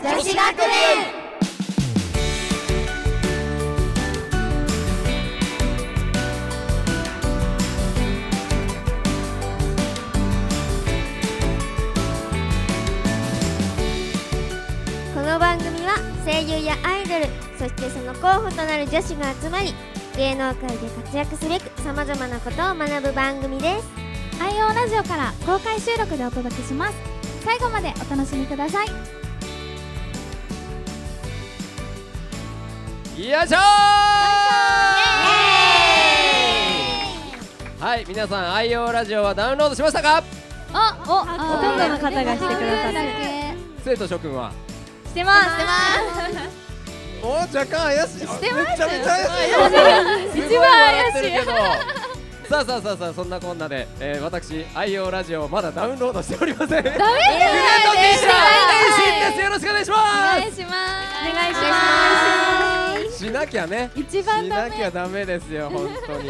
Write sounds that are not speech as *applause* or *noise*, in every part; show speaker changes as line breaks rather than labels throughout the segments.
女子学園この番組は声優やアイドルそしてその候補となる女子が集まり芸能界で活躍すべくさまざまなことを学ぶ番組です
愛用ラジオから公開収録でお届けします最後までお楽しみください
よいしょーはい皆さん愛用ラジオはダウンロードしましたか
おおほ
ほとんどの方がしてくださって
生徒諸君は
してます
お若干怪しいしてましためちゃめちゃ怪しい一
番怪しい
いさあさあさあさあそんなこんなで、えー、私愛用ラジオまだダウンロードしておりませんダメです港西田ですよろしくお願いします
します
お願いし
しなきゃね
一番ダ
し
メ
なきゃダメですよ本当に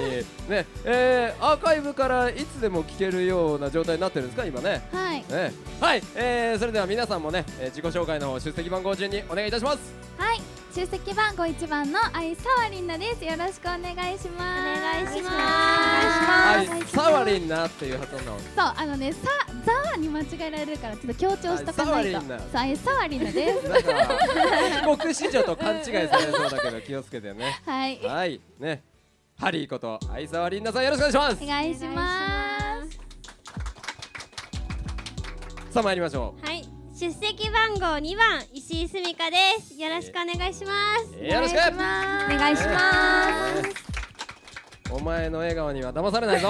ねえー、アーカイブからいつでも聞けるような状態になってるんですか今ね
はい
ねはい、えー、それでは皆さんもね、えー、自己紹介の方出席番号順にお願いいたします
はい出席番号一番の愛沢りんなですよろしくお願いします
お願いします
は
お願い
い
します、
サワリンなっていう発音なの
そうあのねさざわに間違えられるからちょっと強調しと
あ
かないと
サワリンな
そうあサワリンなです
なんか帰国子女と勘違いされそうだけど気をつけてね
はい
はいねハリーこと相沢りんなさんよろしくお願いし
お
ま
願いします
すさあ参りましょ
はい出席番号2番石井すみかですよろしくお願いします
うよろしく
お願いします
願いします
お前の笑顔には騙され *laughs* ないぞ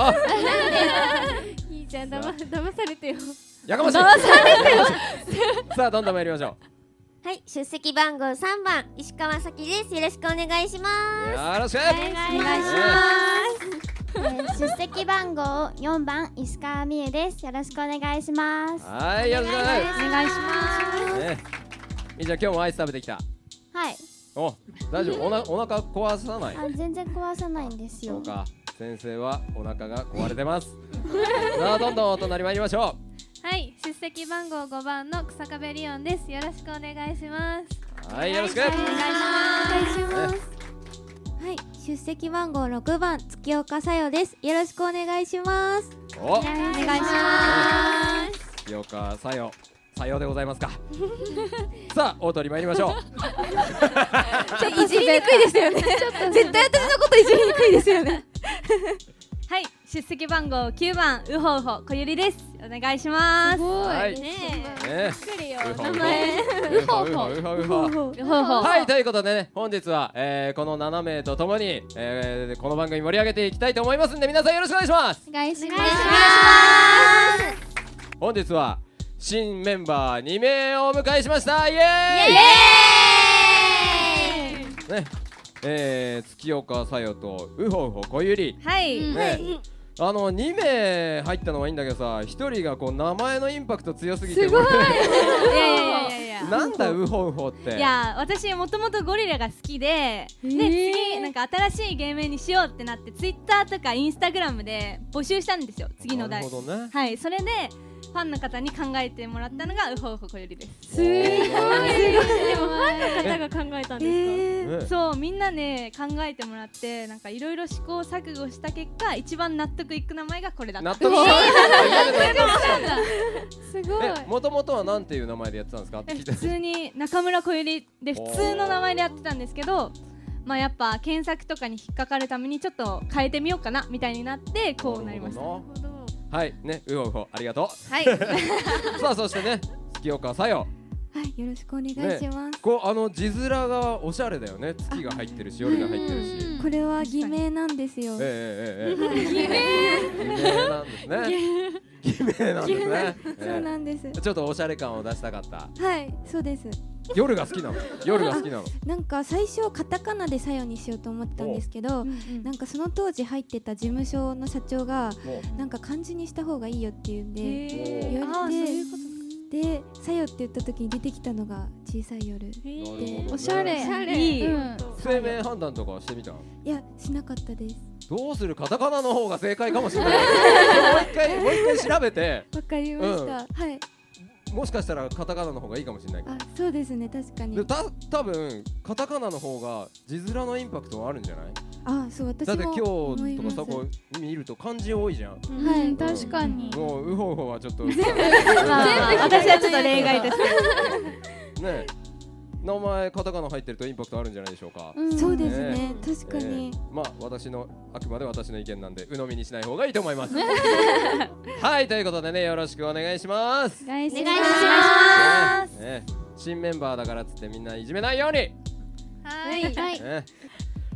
いいじゃんだま騙されてよ
やかましい *laughs* さあどんどん参りましょ
はい出席番号3番石川咲ですよろしくお願いし
う
ま
よろしく
す
お願いします
出席番号4番石川美恵ですよろしくお願いします
はいよろしくお願いし
お願いしま
ますねみーちゃん今日もアイス食べてきた
はい
お大丈夫おなお腹壊さない
あ全然壊さないんです
そう
よ
か先生はお腹が壊れてます *laughs* さあどんどんお隣参りましょ
はい、出席番号5番の草壁リオンです。よろしくお願いします。
うはいよろしく
お願いしますはい出席番号6番月岡さよですよろしくお願いします
お
お願いします
よかさよさようでございます *laughs* かさあ大鳥参りましょう
すいじりにくいで
*laughs*
すよね絶対私のこといじりにくいですよね
はい、出席番号9番うほうほこゆりです。お願いします。
はいね
ね
え
名前
うほうほうほうほうほ *laughs* う
うほうほ
はいということでね本日は、えー、この7名とともに、えー、この番組盛り上げていきたいと思いますんで皆さんよろしくお願いします
お願いします
本日は新メンバー2名をお迎えしましたイエーイねえー、月岡さよとうほうほこゆり
はい、
ね、あの2名入ったのはいいんだけどさ1人がこう名前のインパクト強すぎてすごい
いやいやいやいやいや。
*laughs* なんだウホウホって
いや私もともとゴリラが好きで、で次なんか新しい芸名にしようってなってツイッターとかインスタグラムで募集したんですよ次の
な
代
るほどね
はいそれでファンの方に考えてもらったのがうほうほこゆりで
す
す
ごい
でもファン
方
のが考えたんですか、そうみんなね考えてもらってなんかいろいろ試行錯誤した結果一番納得いく名前がこれだった
納得した
すご
えもともとはなんていう名前でやってたんですかって聞いた
普通に中村こゆりで普通の名前でやってたんですけどまあやっぱ検索とかに引っかかるためにちょっと変えてみようかなみたいになってこうなりました
なるほどはいねウホウホありがと
はいは
う *laughs* さあそしてね月岡さよ
はいよろしくお願い
ね
します
こうあの字面がおしゃれだよね月が入ってるし夜が入ってるし
これは偽名なんですよ
ええええええ偽名なんですね偽名なんですね
そうなんです
ええちょっとおしゃれ感を出したかった
はいそうです
夜が好きなの夜が好きなの
なんか最初カタカナでさよにしようと思ってたんですけどなんかその当時入ってた事務所の社長が
も
なんか漢字にした方がいいよっていうんで
ー
言
あ
わ
あそう
れ
いうこ
てで「さよ」って言った時に出てきたのが「小さい夜」い
なる
う
ほど
え
ね
ー
おしゃれ
おしゃれ
いい、
うん
生命判断とかはしてみた
やしなかったです
どうするカタカナの方が正解かもしれないもう一回もう一回調べて
わかりました、はい
もしかしたらカタカナの方がいいかもしれないけど
あそうですね確か
でも
に
た多分カタカナの方が字面のインパクトはあるんじゃない
あそう私
だ
も
って今日と
思いま
か
す
さこう見ると漢字多いじゃん
うん
はい
確かに
もうウホウホはち *laughs* ょっとね
まあ私はちょっと例外ですけど
え名前カタカナ入ってるとインパクトあるんじゃないでしょうか
そうですね
ね
確かに、
えーまあ私のあくまで私の意見なんで鵜呑みにしない方がいいと思いますはいということでねよろしくお願いします
お願いし
お
ま
願いし
す
ます
ねえ新メンバーだからっつってみんないじめないように
はい
はい
ね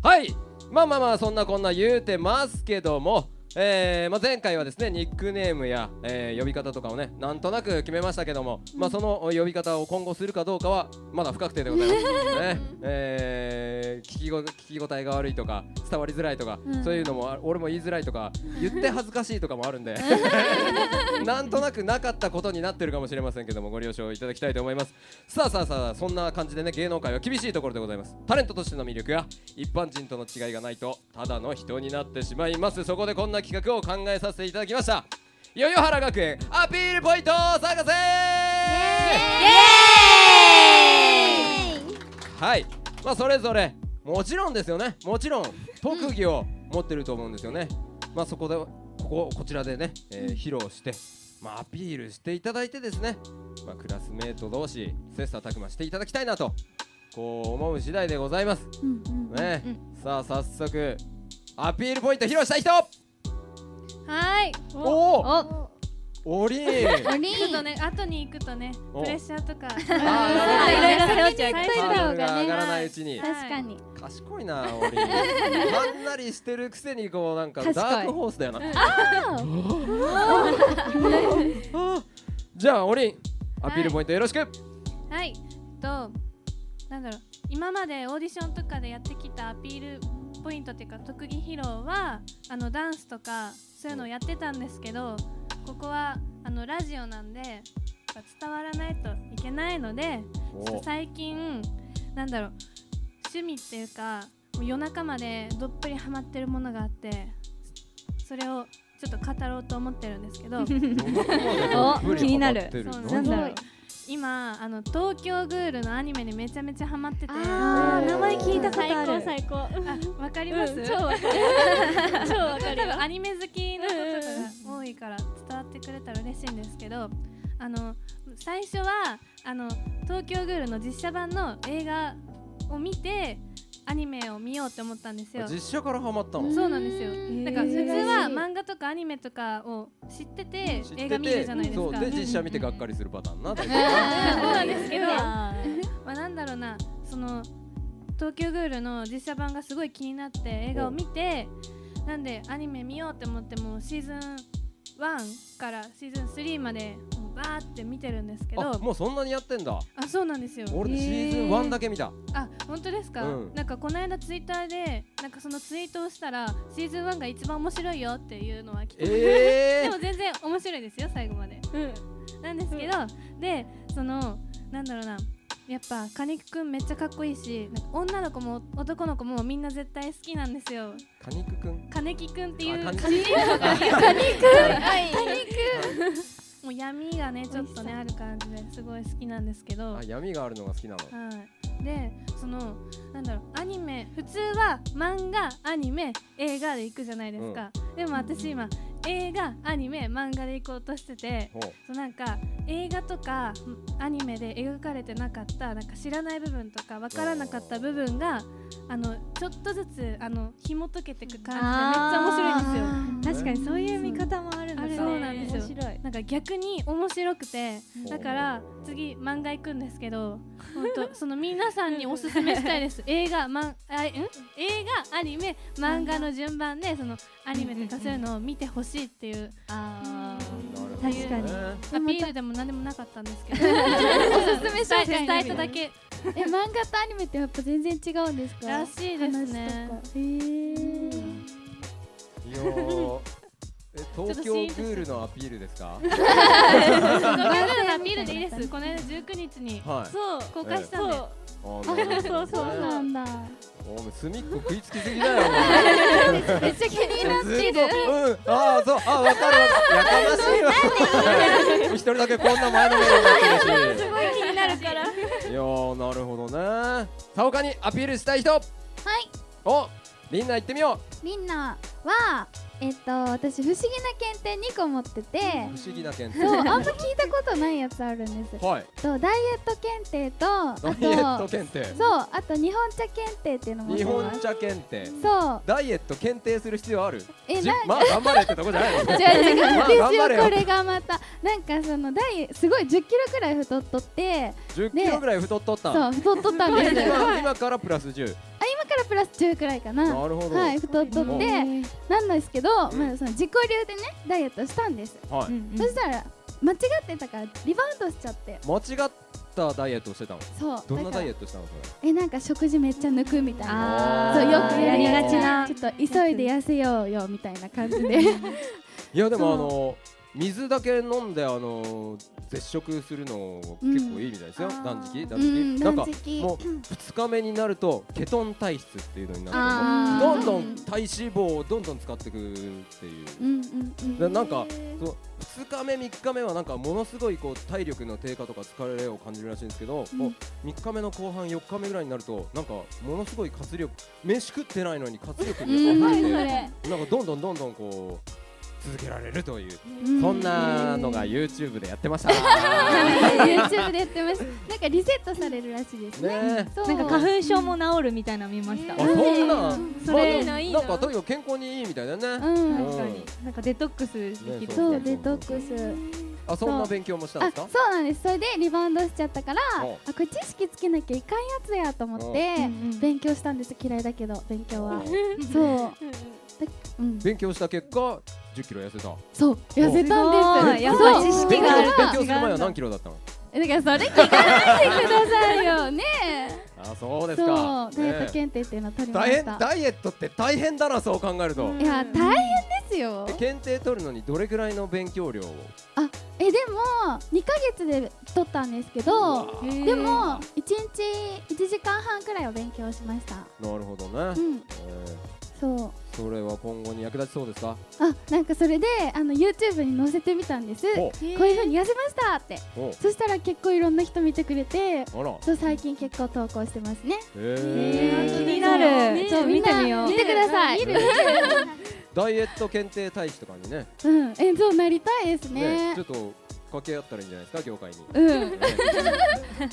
はいまあまあまあそんなこんな言うてますけども、えーまあ、前回はですねニックネームや、えー呼び方とかをねなんとなく決めましたけども、まあ、その呼び方を今後するかどうかはまだ不確定でござい
*laughs*
ます、ねえー聞きご聞き応えが悪いとか伝わりづらいとか、そういうのもあ俺も言いづらいとか言って恥ずかしいとかもある
*laughs*
んで *laughs* なんとなくなかったことになってるかもしれませんけどもご了承いただきたいと思いますさあさあさあそんな感じでね芸能界は厳しいところでございますタレントとしての魅力や一般人との違いがないとただの人になってしまいますそこでこんな企画を考えさせていただきました代々原学園アピールポイントを探せはいまあそれぞれもちろんですよねもちろん特技を持ってると思うんですよね、まあそこでこここちらでね、えー披露してまあアピールしていただいてですねまあクラスメート同士切磋琢磨していただきたいなとこう思う次第でございます、ね、さあ早速アピールポイント披露したい人
はい
おお
お
お *laughs* りん
おちょっとね後に行くとね
お
プレッシャーとか
あーなるほど
いろいろ背負っちゃう
最
ハ
初
ードルが上がらないうちに
はい
確かに
賢いな
*laughs*
オリンはんなりしてるくせにこうなんか
賢い
ダークホースだよなあーじゃあオリンアピールポイントよろしく、
はいとなんだろう今までオーディションとかでやってきたアピールポイントっていうか特技披露はあのダンスとかそういうのをやってたんですけどここはあのラジオなんでやっぱ伝わらないといけないのでちょっと最近なんだろう趣味っていうかもう夜中までどっぷりハマってるものがあってそれをちょっと語ろうと思ってるんですけど
お気になる
そう
な
なん
だ
んだ
ろ
ろ
う
う今あの東京グールのアニメにめちゃめちゃハマってて
あー名前聞いたことある
最高最高
あわかります、
超
*laughs*
わかる超わかる
多分アニメ好きの人とかが多いから伝わってくれたら嬉しいんですけどあの最初はあの東京グールの実写版の映画を見てアニメを見ようって思ったんですよ
実写からハマったの
そうなんですよな
な
んか普通は漫画とかアニメとかを知ってて
知ってて
映画見るじゃないです
そう
か
で実写見てがっかりするパターンな、大体
そうなんですけど、 *laughs* まあ、なんだろうなその東京グールの実写版がすごい気になって映画を見てなんでアニメ見ようって思ってもシーズン1からシーズン3までもうバーって見てるんですけど
あもうそんなにやってんだ
あそうなんですよ
俺シーズン1だけ見た、
あ本当ですか、
うん
なんかこの間ツイッターでなんかそのツイートをしたらシーズン1が一番面白いよっていうのは来て
え
でも全然面白いですよ最後まで、なんですけど、でそのなんだろうなやっぱカニクくんめっちゃかっこいいしなんか女の子も男の子もみんな絶対好きなんですよ
ー、カニクくん
カネキくんっていう
あカ
カ
ニ
ニ
ク
ク
くん
もう闇がねちょっとねある感じですごい好きなんですけど
あ闇があるのが好きなの
はい、でそのなんだろうアニメ普通は漫画アニメ映画で行くじゃないですか、でも私今映画アニメ漫画で行こうとしてて
ほう
そうなんか映画とかんアニメで描かれてなかったなんか知らない部分とか分からなかった部分があのちょっとずつあの紐解けていく感じでめっちゃ面白いんです
確
よ。
かにそういう見方もあるんだね
そうなんですよ
面白い
なんか逆に面白くて
ん
だから次漫画行くんですけど本当その皆さんにおすすめしたいです映画マンあん映画アニメ漫画の順番でそのアニメとかそういうのを見てほしいっていう
あ
確
確かに
アピールでも何でもなかったんですけどおすすめしたい伝えただけ
え漫画とアニメってやっぱ全然違うんですから
しいですね
話とかへー
いやーえ東京グールのアピールですか
東京グルのアピールでいいですこの間19日に
はい
公開したんで
そうそうそう
そうなんだ
おむ隅っこ食いつきすぎだよ。お前
めっちゃ気に *laughs* なってる
ずっとうん、ああ、そう、あ、わかる。やかましいわ。一人だけこんな前のめりになってるし。すごい気になるから。いやー、なるほどね。他にアピールしたい人。はい。お、みんな行ってみよう。
みんなはえっと私不思議な検定2個持ってて、
不思議な検 *laughs*
そうあん
定。
ま聞いたことないやつあるんです。
はい。
とダイエット検定とあ
ダイエット
と
検定。
そうあと日本茶検定っていうのも持っ
日
て
本
ます。
茶検定。
そう
ダイエット検定する必要ある。
え
じ
な
まあ、頑張れって *laughs* とこじゃないの。
違う違うん
まあ
です
頑張
よ、 *laughs*
れよ
これがまたなんかそのダイエすごい1 0キロくらい太っとって
10キロぐらい太っとった。
そう太っとったん
*laughs*
ですよ今か
今今からプラス10。
らプラス10くらいかな
なるほど。
はい太っとっ
お
てなんですけど、
うん
まあ、その自己流でねダイエットしたんです、
はい
そしたら間違ってたからリバウンドしちゃって
間違ったダイエットをしてたの
そう
どんなダイエ
エッ
ットしたのそれ
えなんか食事めっちゃ抜くみたいな
あー
そうよくやり
や
が
り
ち
がち
な
な
ちょっと急いで痩せようよみたいな感じで
いやでもあの水だけ飲んであの絶食するの結構いいみたいですよ、
うん
断食断
う
食、
ん
なんか
断食
もう2日目になるとケトン体質っていうのになって
あ
るど
ー
んどん体脂肪をどんどん使っていくっていう
うんうんうん
ななんかそう2日目、3日目はなんかものすごいこう体力の低下とか疲れを感じるらしいんですけど、もう3日目の後半、4日目ぐらいになるとなんかものすごい活力飯食ってないのに活力が増えてなんかどんどんどんどんこう続けられるというそんなのが YouTube でやってました。ね
YouTube でやってますなんかリセットされるらしいですね
え
そう
なんか花粉症も治るみたいなの見ました
あそんな
それ
まあ
いい
な
なん
かとにかく健康にいいみたいだね。
うん
確かになんかデトックスできる
ね
そうデトックス
あそんな勉強もしたんで
あ
すか
そう？なんですそれでリバウンドしちゃったからあ
お
これ知識つけなきゃいかんやつやと思って勉強したんです嫌いだけど勉強はそうだうん
勉強した結果10キロ痩せた。
そう痩せたんです
すごいやっ
そう
ぱ知識がある
勉強する前は何キロだったの？
だからそれ聞かないでくださいよね
あそうです
そう
か。
ダイエッ
ね
ト検定っていうのを取りま
大
し
変
た
ダイエットって大変だなそう考えると。
いや大変ですよ
え検定取るのにどれぐらいの勉強量を？
えでも2ヶ月で取ったんですけど
わ
でも1日1時間半くらいは勉強しました
なるほどね
う。ん
えー
そう
それは今後に役立ちそうですか？
あなんかそれであの YouTube に載せてみたんです
お
こういう風に痩せましたって
お
そしたら結構いろんな人見てくれて
あら。
そう最近結構投稿してますね
へー
気になる
そうみんな見てください、
ダイエット検定大使とかにね
うんえそうなりたいです
ね
ね
ちょっと掛け合ったらいいんじゃないですか業界に。
うん
ね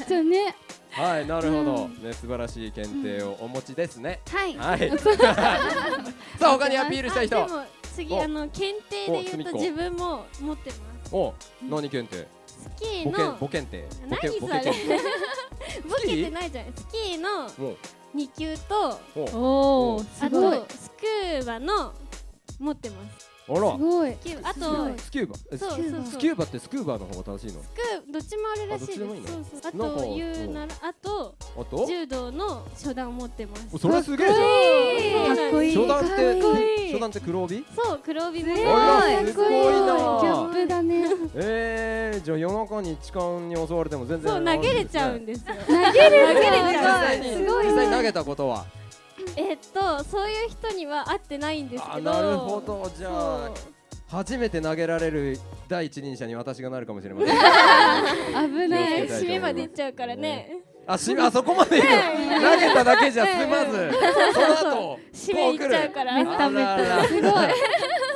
ちょね
はいなるほど、ね素晴らしい検定をお持ちですね。
は
は
い
い。
*laughs*
*laughs* さあ他にアピールしたい人。
も次
お
あの検定で言う
お隅っこと
自分も持ってます
お何検定？
スキー
ボケ
の
ボケ検定。ボ
何
ケ
そ
ボ
れ
ケ検定。
ボケてないじゃんスキーの
も
2級と
うも
おお
あ
すごい
とスクーバの持ってます
うあ
*laughs*
すごい
スキューあ
ごい
と
らスキューバえ
そう
ス
そうそう
ス
ス
キ
キュ
ューバってスクーバの方が正しいの？
ーどっちもあるらしい
あどっちでもいい
で
の
すそうそうあ
なんか
と言うならあと
あと？
柔道の初段を持ってます
おそれすげえじ
そう
かっこいい
ゃん。初段っ
かっこ
て初段って黒帯？
そう黒帯も
あらす
すごいギ
ごいな
ャップだね
えー、じゃあ夜中に痴漢に襲われても全然
そう投げれちゃうん
で
ですよ
すごい実際に投げたことは
えっとそういう人には会ってないんです
あ
けど
なるほどじゃあ
そう
初めて投げられる第一人者に私がなるかもしれません
*laughs*
危ない
気をつけたいと思います
締めまでいっちゃうからね
あしあそこまで言うの投げただけじゃ済まずその後
締めいっちゃうから
めためたす
ごい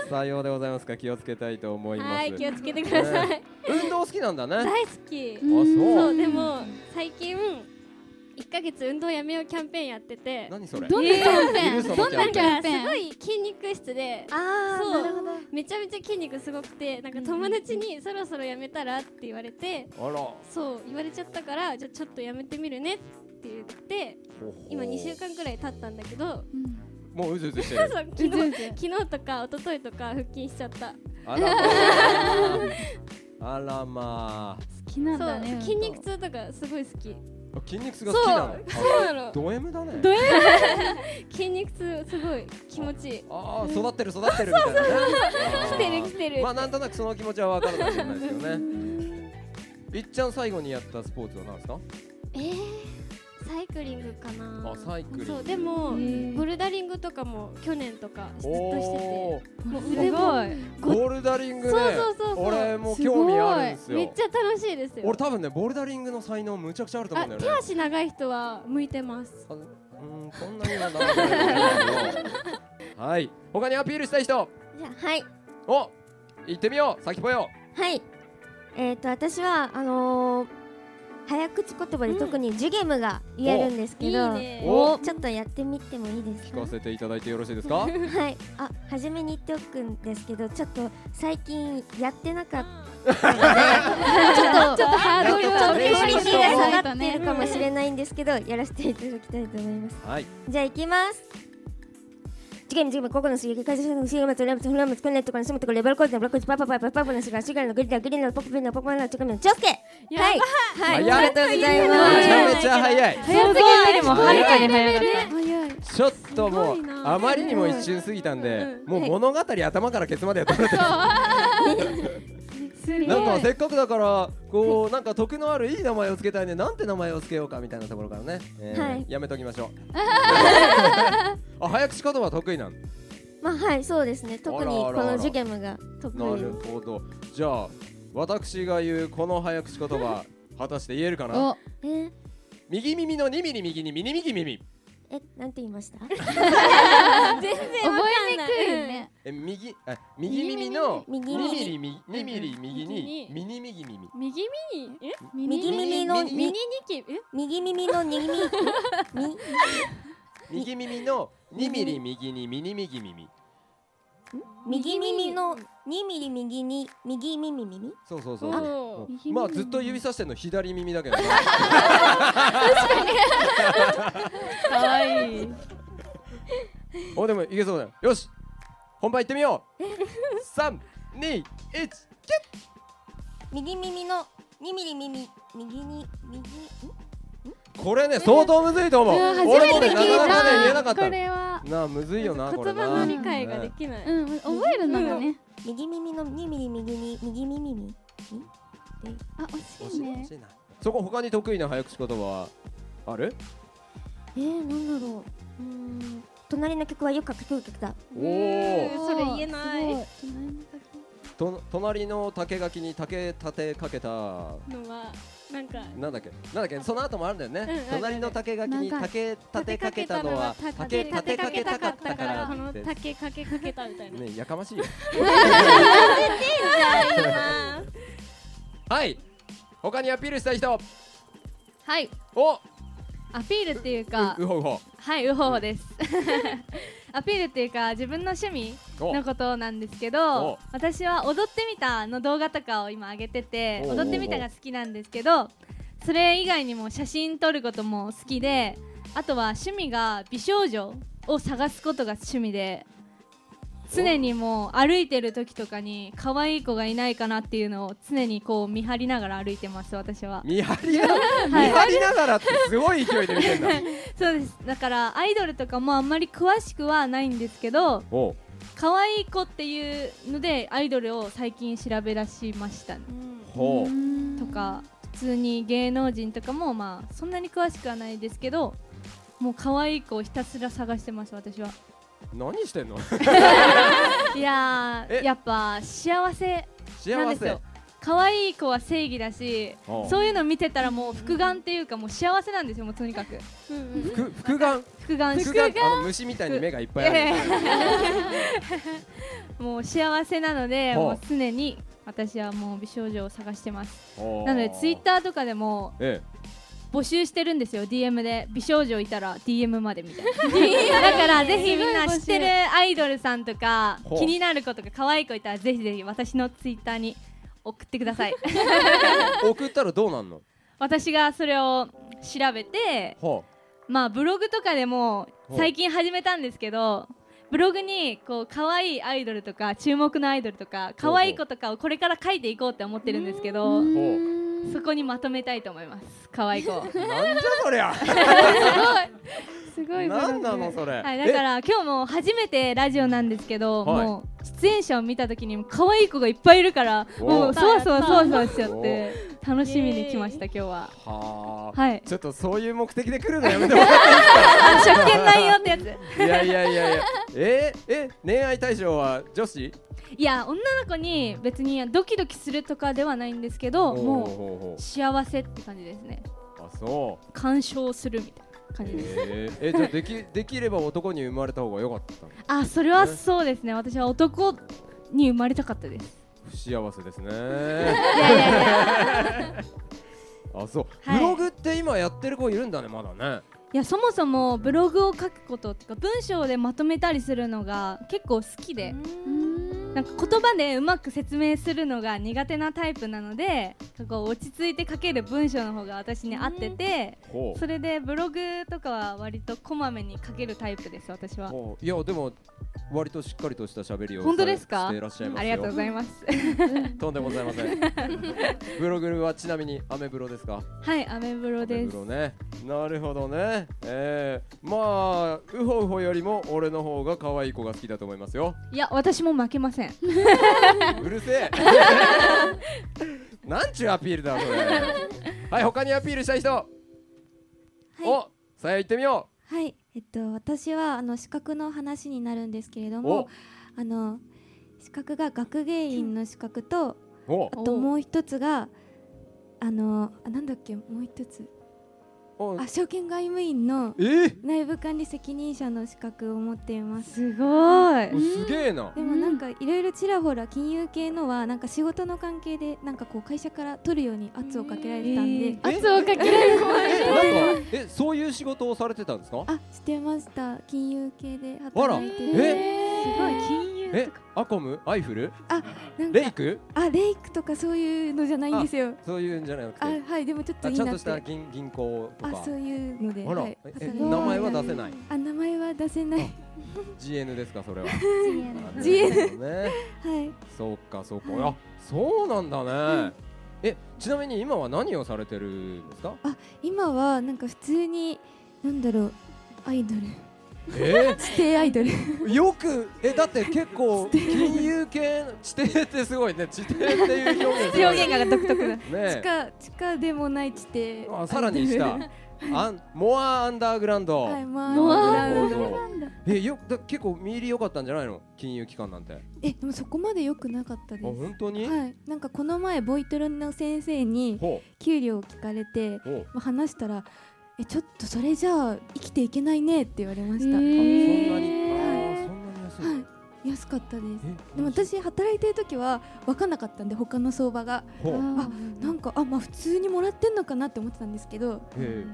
さようでございますか気をつけたいと思います
はい気をつけてください、
ね運動好きなんだねあ
大好き
そ
そううでも最近1ヶ月運動やめようキャンペーンやってて
何それ
どんなキャンペ
いる
ー
その
ンどんなキャンペーン
すごい筋肉質で
あ
そう
ーなるほど
めちゃめちゃ筋肉すごくてなんか友達にそろそろやめたらって言われて
あらほ
そう言われちゃったからじゃあちょっとやめてみるねって言って
ほ
今2週間くらい経ったんだけど
もううずうずして
そう
る
昨
うず
日
うず
昨日とか一昨日とか腹筋しちゃった
あらまああらま
好きなんだ
そ
ね
う筋肉痛とかすごい好き
*laughs* あ筋肉痛が好きなの
そうなの
あド M だね
筋肉痛すごい気持ちいい
ああ育ってる育ってるみたいなね
来てる来てる
まあなんとなくその気持ちは分かるかもしれな
*laughs*
いですよねいっちゃん最後にやったスポーツは何ですか
えー、サイクリングかな
あサイクリング
そうでも
うん
ボルダリングとかも去年とかずっとしてて
おー
もう
す
腕
ご
も
い
ボルダリングね
そうそうそうそう
俺も興味あるんですよ
めっちゃ楽しいですよ
俺多分ねボルダリングの才能むちゃくちゃあると思う
あ
んだよね
手足長い人は向いてます
あうーんこんなにはならないけど *laughs* はい他にアピールしたい人
じゃあはい
お行ってみよう先ぽよ
はいえっ、と私はあのー早口言葉で特にジュゲムが言えるんですけど、
お
ちょっとやってみてもいいです
聞
か
かせていただいてよろしいですか
はい、あ、初めに言っておくんですけど、ちょっと最近やってなかったので、ちょっとちょっとハードルは
練習しとこう
下がってるかもしれないんですけど、やらせていただきたいと思います。
はい
じゃあ行きます。次元次元ここの水泳会社の水泳松ラムツフラムツコネットからスムとこレバルコーズのブラコーズパパパパパパのシガーシガーのグリラグリラのポップペンのポップペンのチョコミのチョスケはいはい
早
あ
い
りがとうござい
めち
ま
ゃめちゃ早い
すごいよりもはるかに早かっ
早い
ちょっともう
すごいな
あまりにも一瞬過ぎたんでもう物語頭からケツまでやってもらって *laughs*
たす
なんかせっかくだからこうなんか得のあるいい名前をつけたいねなんて名前をつけようかみたいなところからね、えー
はい
やめときましょうあ早口言葉得意なん
すまあはいそうですね特にこ
あらあらあら
のジュゲムが得
な
意
るほどじゃあ私が言うこの早口言葉果たして言えるかな
お
えー
右耳の2ミリ右に右右耳
えなんて言いました
*laughs* 全然わ
覚
か
え
ん
に
ない
くいよね
え右あ右耳の2
右
ミ
耳
リみ2ミリ右
右
に
に
右右耳
右耳え
右耳の
右
右
ニキえ
右耳の右耳 *laughs* み
右耳の2ミリ右に右右耳
右耳の2ミリ右に右耳耳
そうそうそうそう
お
うんまあずっと指さしてんの左耳だけどね
かわいい
おでもいけそうだよよし本番行ってみよ *laughs* う三二一
右耳の2ミリ耳右に右ん
これね相当むずいと思う俺もねなかなかね言えなかった
こ
の
れは
なあむずいよなこれ
言
な
葉の理解ができない、
うん覚えるのがね
右耳の2ミリ右に右耳耳
あ惜しいね
なそこ他に得意な早口言葉はある
えー、なんだろううーん隣の曲はよく書く曲だ
おお
それ言えない
すごい
と隣の竹垣に竹立てかけた
のはなんか
なんだっけなんだっけその後もあるんだよね、
うん
隣の竹垣に
長
竹立てかけたのは竹立てかけたかったから
この
って
竹かけかけたみたいな、
ねやかま
*laughs*
しいよはい他にアピールしたい人
はい
お
アピールっていうか
うほうほ
はいうほうほですアピールっていうか自分の趣味
お
のことなんですけ
お
ど私は「踊ってみた」の動画とかを今上げてて「
おうおうおう
踊ってみた」が好きなんですけどそれ以外にも写真撮ることも好きであとは趣味が美少女を探すことが趣味で常にもう歩いてる時とかに可愛い子がいないかなっていうのを常にこう見張りながら歩いてます私は
見張りな、見張りながらってすごい勢いで見てん
*laughs*
だ
そうですだからアイドルとかもあんまり詳しくはないんですけど
おう
可愛い子っていうのでアイドルを最近調べ出しましたね
ほう
とか普通に芸能人とかもまあそんなに詳しくはないですけどもう可愛い子をひたすら探してます
*laughs*
私は
何してんの *laughs*
いや
え
ーやっぱ幸せなん
幸
です
せ
よ可愛い子は正義だし
おう
そういうの見てたらもう複眼っていうかもう幸せなんですよもうとにかく
ふ複眼
複眼
複眼あの虫みたいに目がいっぱいある、
*laughs* もう幸せなので
ほう
もう常に私はもう美少女を探してます
ほう
なのでツイッターとかでも
え
募集してるんですよ DM で美少女いたら DM までみたい
*laughs*
なだからぜひみんな知ってるアイドルさんとか
ほう
気になる子とか可愛い子いたらぜひぜひ私のツイッターに送ってく
*laughs*
ださい
え送ったらどうなんの
私がそれを調べて
ほ
まあブログとかでも
ほう
最近始めたんですけどブログにこう可愛いアイドルとか注目のアイドルとか可愛い子とかをこれから書いていこうって思ってるんですけど
うほう
そこにまとめたいと思います可愛い子を
なんじゃそ
*laughs*
りゃ
すごい
なんなのそれ、
はい、だから今日も初めてラジオなんですけど、
はい
もう出演者を見た時に可愛い子がいっぱいいるから
お
もうそわそわそわそわしちゃっ
お
て楽しみに来ました今日は
はあ、
はい
ちょっとそういう目的で来るのやめてもらって
あ職権ないよってやつ *laughs*
いいやいやいやいやえー、え恋愛対象は女子
いや女の子に別にドキドキするとかではないんですけ
ほ
ども
うほうほ
う幸せって感じですね
うあそう
鑑賞するみたいな感じです
えー、えじゃあできできれば男に生まれた方が良かったの
あそれはそうですね私は男に生まれたかったです
不幸せですね
いやいやいや
あそう、
はい
ブログって今やってる子いるんだねまだね
いやそもそもブログを書くこととか文章でまとめたりするのが結構好きでなんか言葉でうまく説明するのが苦手なタイプなのでこう落ち着いて書ける文章の方が私に合ってて
ほ
それでブログとかは割とこまめに書けるタイプです私は
ほういやでも割としっかりとした喋りを
本当です
し
か
ていらっしゃいますよ
ありがとうございます
とんでもございませんブログはちなみにアメブロですか
はいアメブロ
アメ
で
ブ
す
ロねなるほどねえー、まあウホウホよりも俺の方が可愛い子が好きだと思いますよ
いや私も負けません
うるせえなんちゅうアピールだそれはい他にアピールしたい人、おさや行ってみよ
はい、えっと、私はあの資格の話になるんですけれど
う
も、あの資格が学芸員の資格と、
おお
あともう一つが、あのあなんだっけ、もう一つ、
お
あ証券外務員の
えー
内部管理責任者の資格を持っています。
すごい
おすげえな
でもなんかいろいろちらほら金融系のはなんか仕事の関係でなんかこう会社から取るように圧をかけられてたんで、
え
圧をかけられる怖い
えなんかえそういう仕事をされてたんですか
あしてました金融系で
あら
働いてて
え
すごい金融
えアコムアイフル
なんか
レイク
あレイクとかそういうのじゃないんですよ
そういうんじゃなく
あ
て
はいでもちょっと
あ
に
ちゃん
な
と
っ
してた銀銀行と
あ
か
そういうので
あら、
はい
ええ
働いて
名前は出せない
あ名前は出せない
GN ですかそれは
GN
ね
はい
そうかそうか、あそうなんだね、えちなみに今は何をされてるんですか
今はなんか普通になんだろうアイドル
え
指定アイドル
*laughs* よくえだって結
*laughs*
構金融系の地底ってすごいね地底っていう表現すごい
表現が独特だ
ね
地下地下でもない地底
あさらに
*laughs*
したアンモアアンダーグラウンド、
はいまあ
なるほど
アンダーグラウンド
えよだ結構見入り良かったんじゃないの金融機関なんてあ
えでもそこまで良くなかったですは
本当に、
いなんかこの前ボイトレの先生に
ほ
給料を聞かれて
うほう
まあ話したらえちょっとそれじゃあ生きていけないねって言われました、
あそんなにあーそんなに安いの、
安かったです
え
でも私働いてる時は分かんなかったんで他の相場が
ほう
あなんかあまあ普通にもらってんのかなって思ってたんですけど
え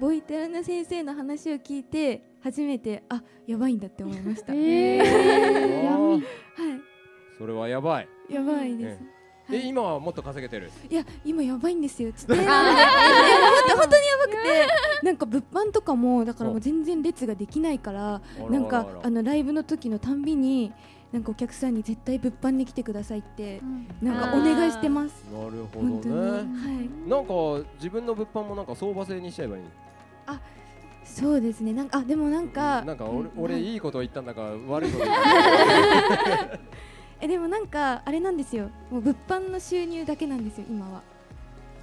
ボイテラナ先生の話を聞いて初めてあやばいんだって思いました、
え
闇
はい
それはやばい
やばい
え、
です
ええ今はもっと稼げてる
いや今やばいんですよちょっといや本当本当にやばくてなんか物販とかもだからもう全然列ができないからなんかあのライブの時のたんびになんかお客さんに絶対物販に来てくださいってなんかお願いしてます
なるほ
本当に、
ど
は
ね
い
なんか自分の物販もなんか相場制にしちゃえばいい
そうですねなんかあでもなんか
なんか
う
俺,、
ん
俺
はい
いいこと言ったんだか悪いこと言ったんだか
えでもなんかあれなんですよもう物販の収入だけなんですよ今は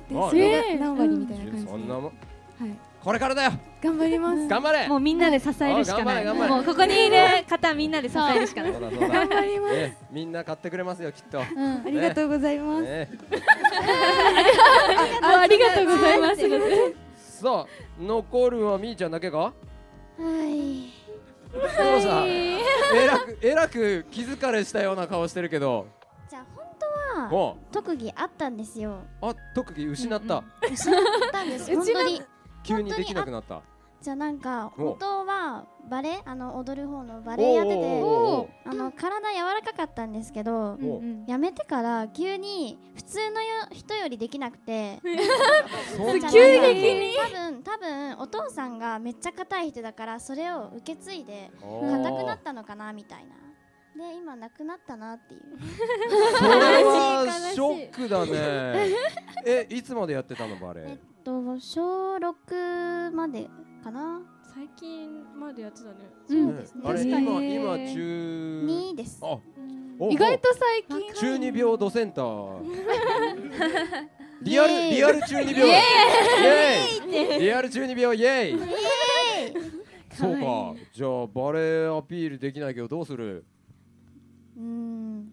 で
あ
それが何割みたいな感じで、
そんな
はい
もんこれからだよ
頑張ります
頑張れ
もうみんなで支えるしかな
あ
い。
頑張れ頑張れ
もうここにいる方みんなで支えるしかない。
そうだそうだ
頑張ります、
ねみんな買ってくれますよきっとあ
ありがとうございます、
ね
あありがとうございます。
さあ残るはみーちゃんだけか
はい
そうさえらくえらく気疲れしたような顔してるけど
じゃあ本当は
も
特技あったんです
う
よ
あ特技失った、
あったん
*laughs*
です本当に
急にできなくなった
じゃあなんか
お
本当はバレエあの踊る方のバレエやってて
お
あの体柔らかかったんですけど
ーおーおーおー
やめてから急に普通のよ人よりできなくて
そんな
急に多分多分お父さんがめっちゃ硬い人だからそれを受け継いで硬くなったのかなみたいなで今なくなったなっていう
それはショックだね。え、いつまでやってたのバレ
えっ
エ？
と小6までかな
最近までやってたね。
うんあれ
確かに
今今中
2です
あお
意外と最近
中二病ドセンター。リアルリアル中二病イエーイリアル中二病イエーイそうかじゃあバレーアピールできないけどどうする
うーん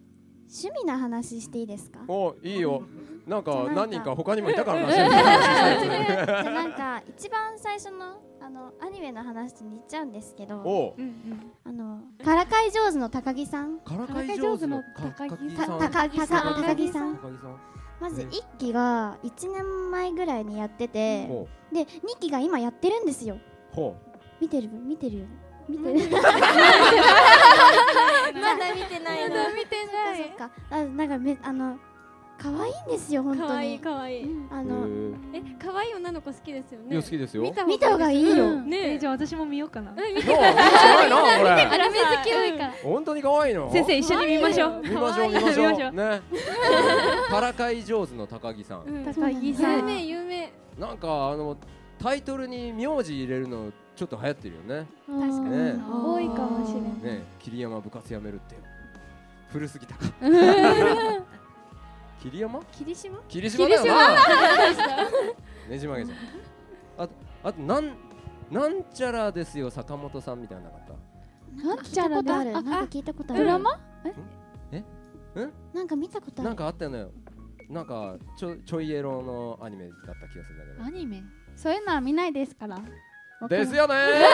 趣味な話していいですか
おいいよなん
じゃ
か
あなんか
何人か他にもいたからな
じゃあなんか一番最初のあのアニメの話に行っちゃうんですけど
お
あのからかい上手の高木さん
からかい上手の高木
た
さん
高木さん高木さん
高木さん
まず
ね
1期が1年前ぐらいにやってて
ほ
で2期が今やってるんですよ
うほ
見てる見てるよ見てる
まだ見てないな
見てな
そっ
い
かあなんかめあの可愛いんですよ本
可
当
愛い
に
可愛い
あ
う
の
へ
え可愛い女の子好きですよ
えい
ね
や好きですよ
見た方がいいよ、
ね
え
え
じゃあ私も見ようかな
うん
どう面白いな
*laughs*
こ
アラメ好き多いから
れ本当に可愛いの
先生一緒に見ましょう
見ましょう見ましょうねからかい上手の高木さん
うん
高木さ
有
ん
名有名
なんかあのタイトルに名字入れるのちょっと流行ってるよね
確
ねえ
多いかもしれない
ね桐山部活やめるって古すぎたか
*laughs*
桐山
霧島
霧島だよなねじ曲げじゃんあとあとなんなんちゃらですよ坂本さんみたいなのなかっ
なんちゃら
聞いたことある
ね
な
あ
んか聞いたことあ
ド
る
ラマ
なんか見たこと
た
あ
なん
る
かあったよねなんかちょちょいエロのアニメだった気がするんだけど
アニメ
そういうのは見ないですから
です
よ *laughs*
よね
先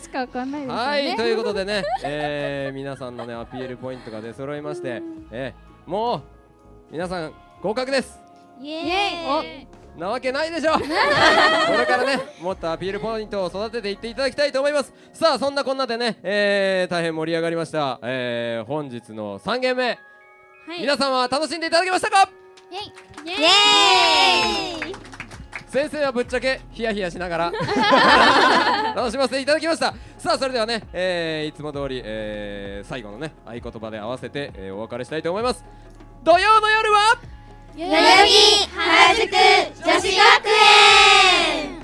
生しかわかんないですよね
はい、ということでね、えー、皆さんのねアピールポイントが出揃いまして、えー、もう皆さん合格です。
イエ
おなわけないでしょこれからねもっとアピールポイントを育てていっていただきたいと思いますさあそんなこんなでね、えー、大変盛り上がりました、えー、本日の3ゲーム目、皆さんは楽しんでいただけましたか
イエーイ
先生はぶっちゃけヒヤヒヤしながら楽しませていただきましたさあそれではね、えーいつも通り、えー最後のね合言葉で合わせて、えーお別れしたいと思います土曜の夜は
代々木原宿女子学園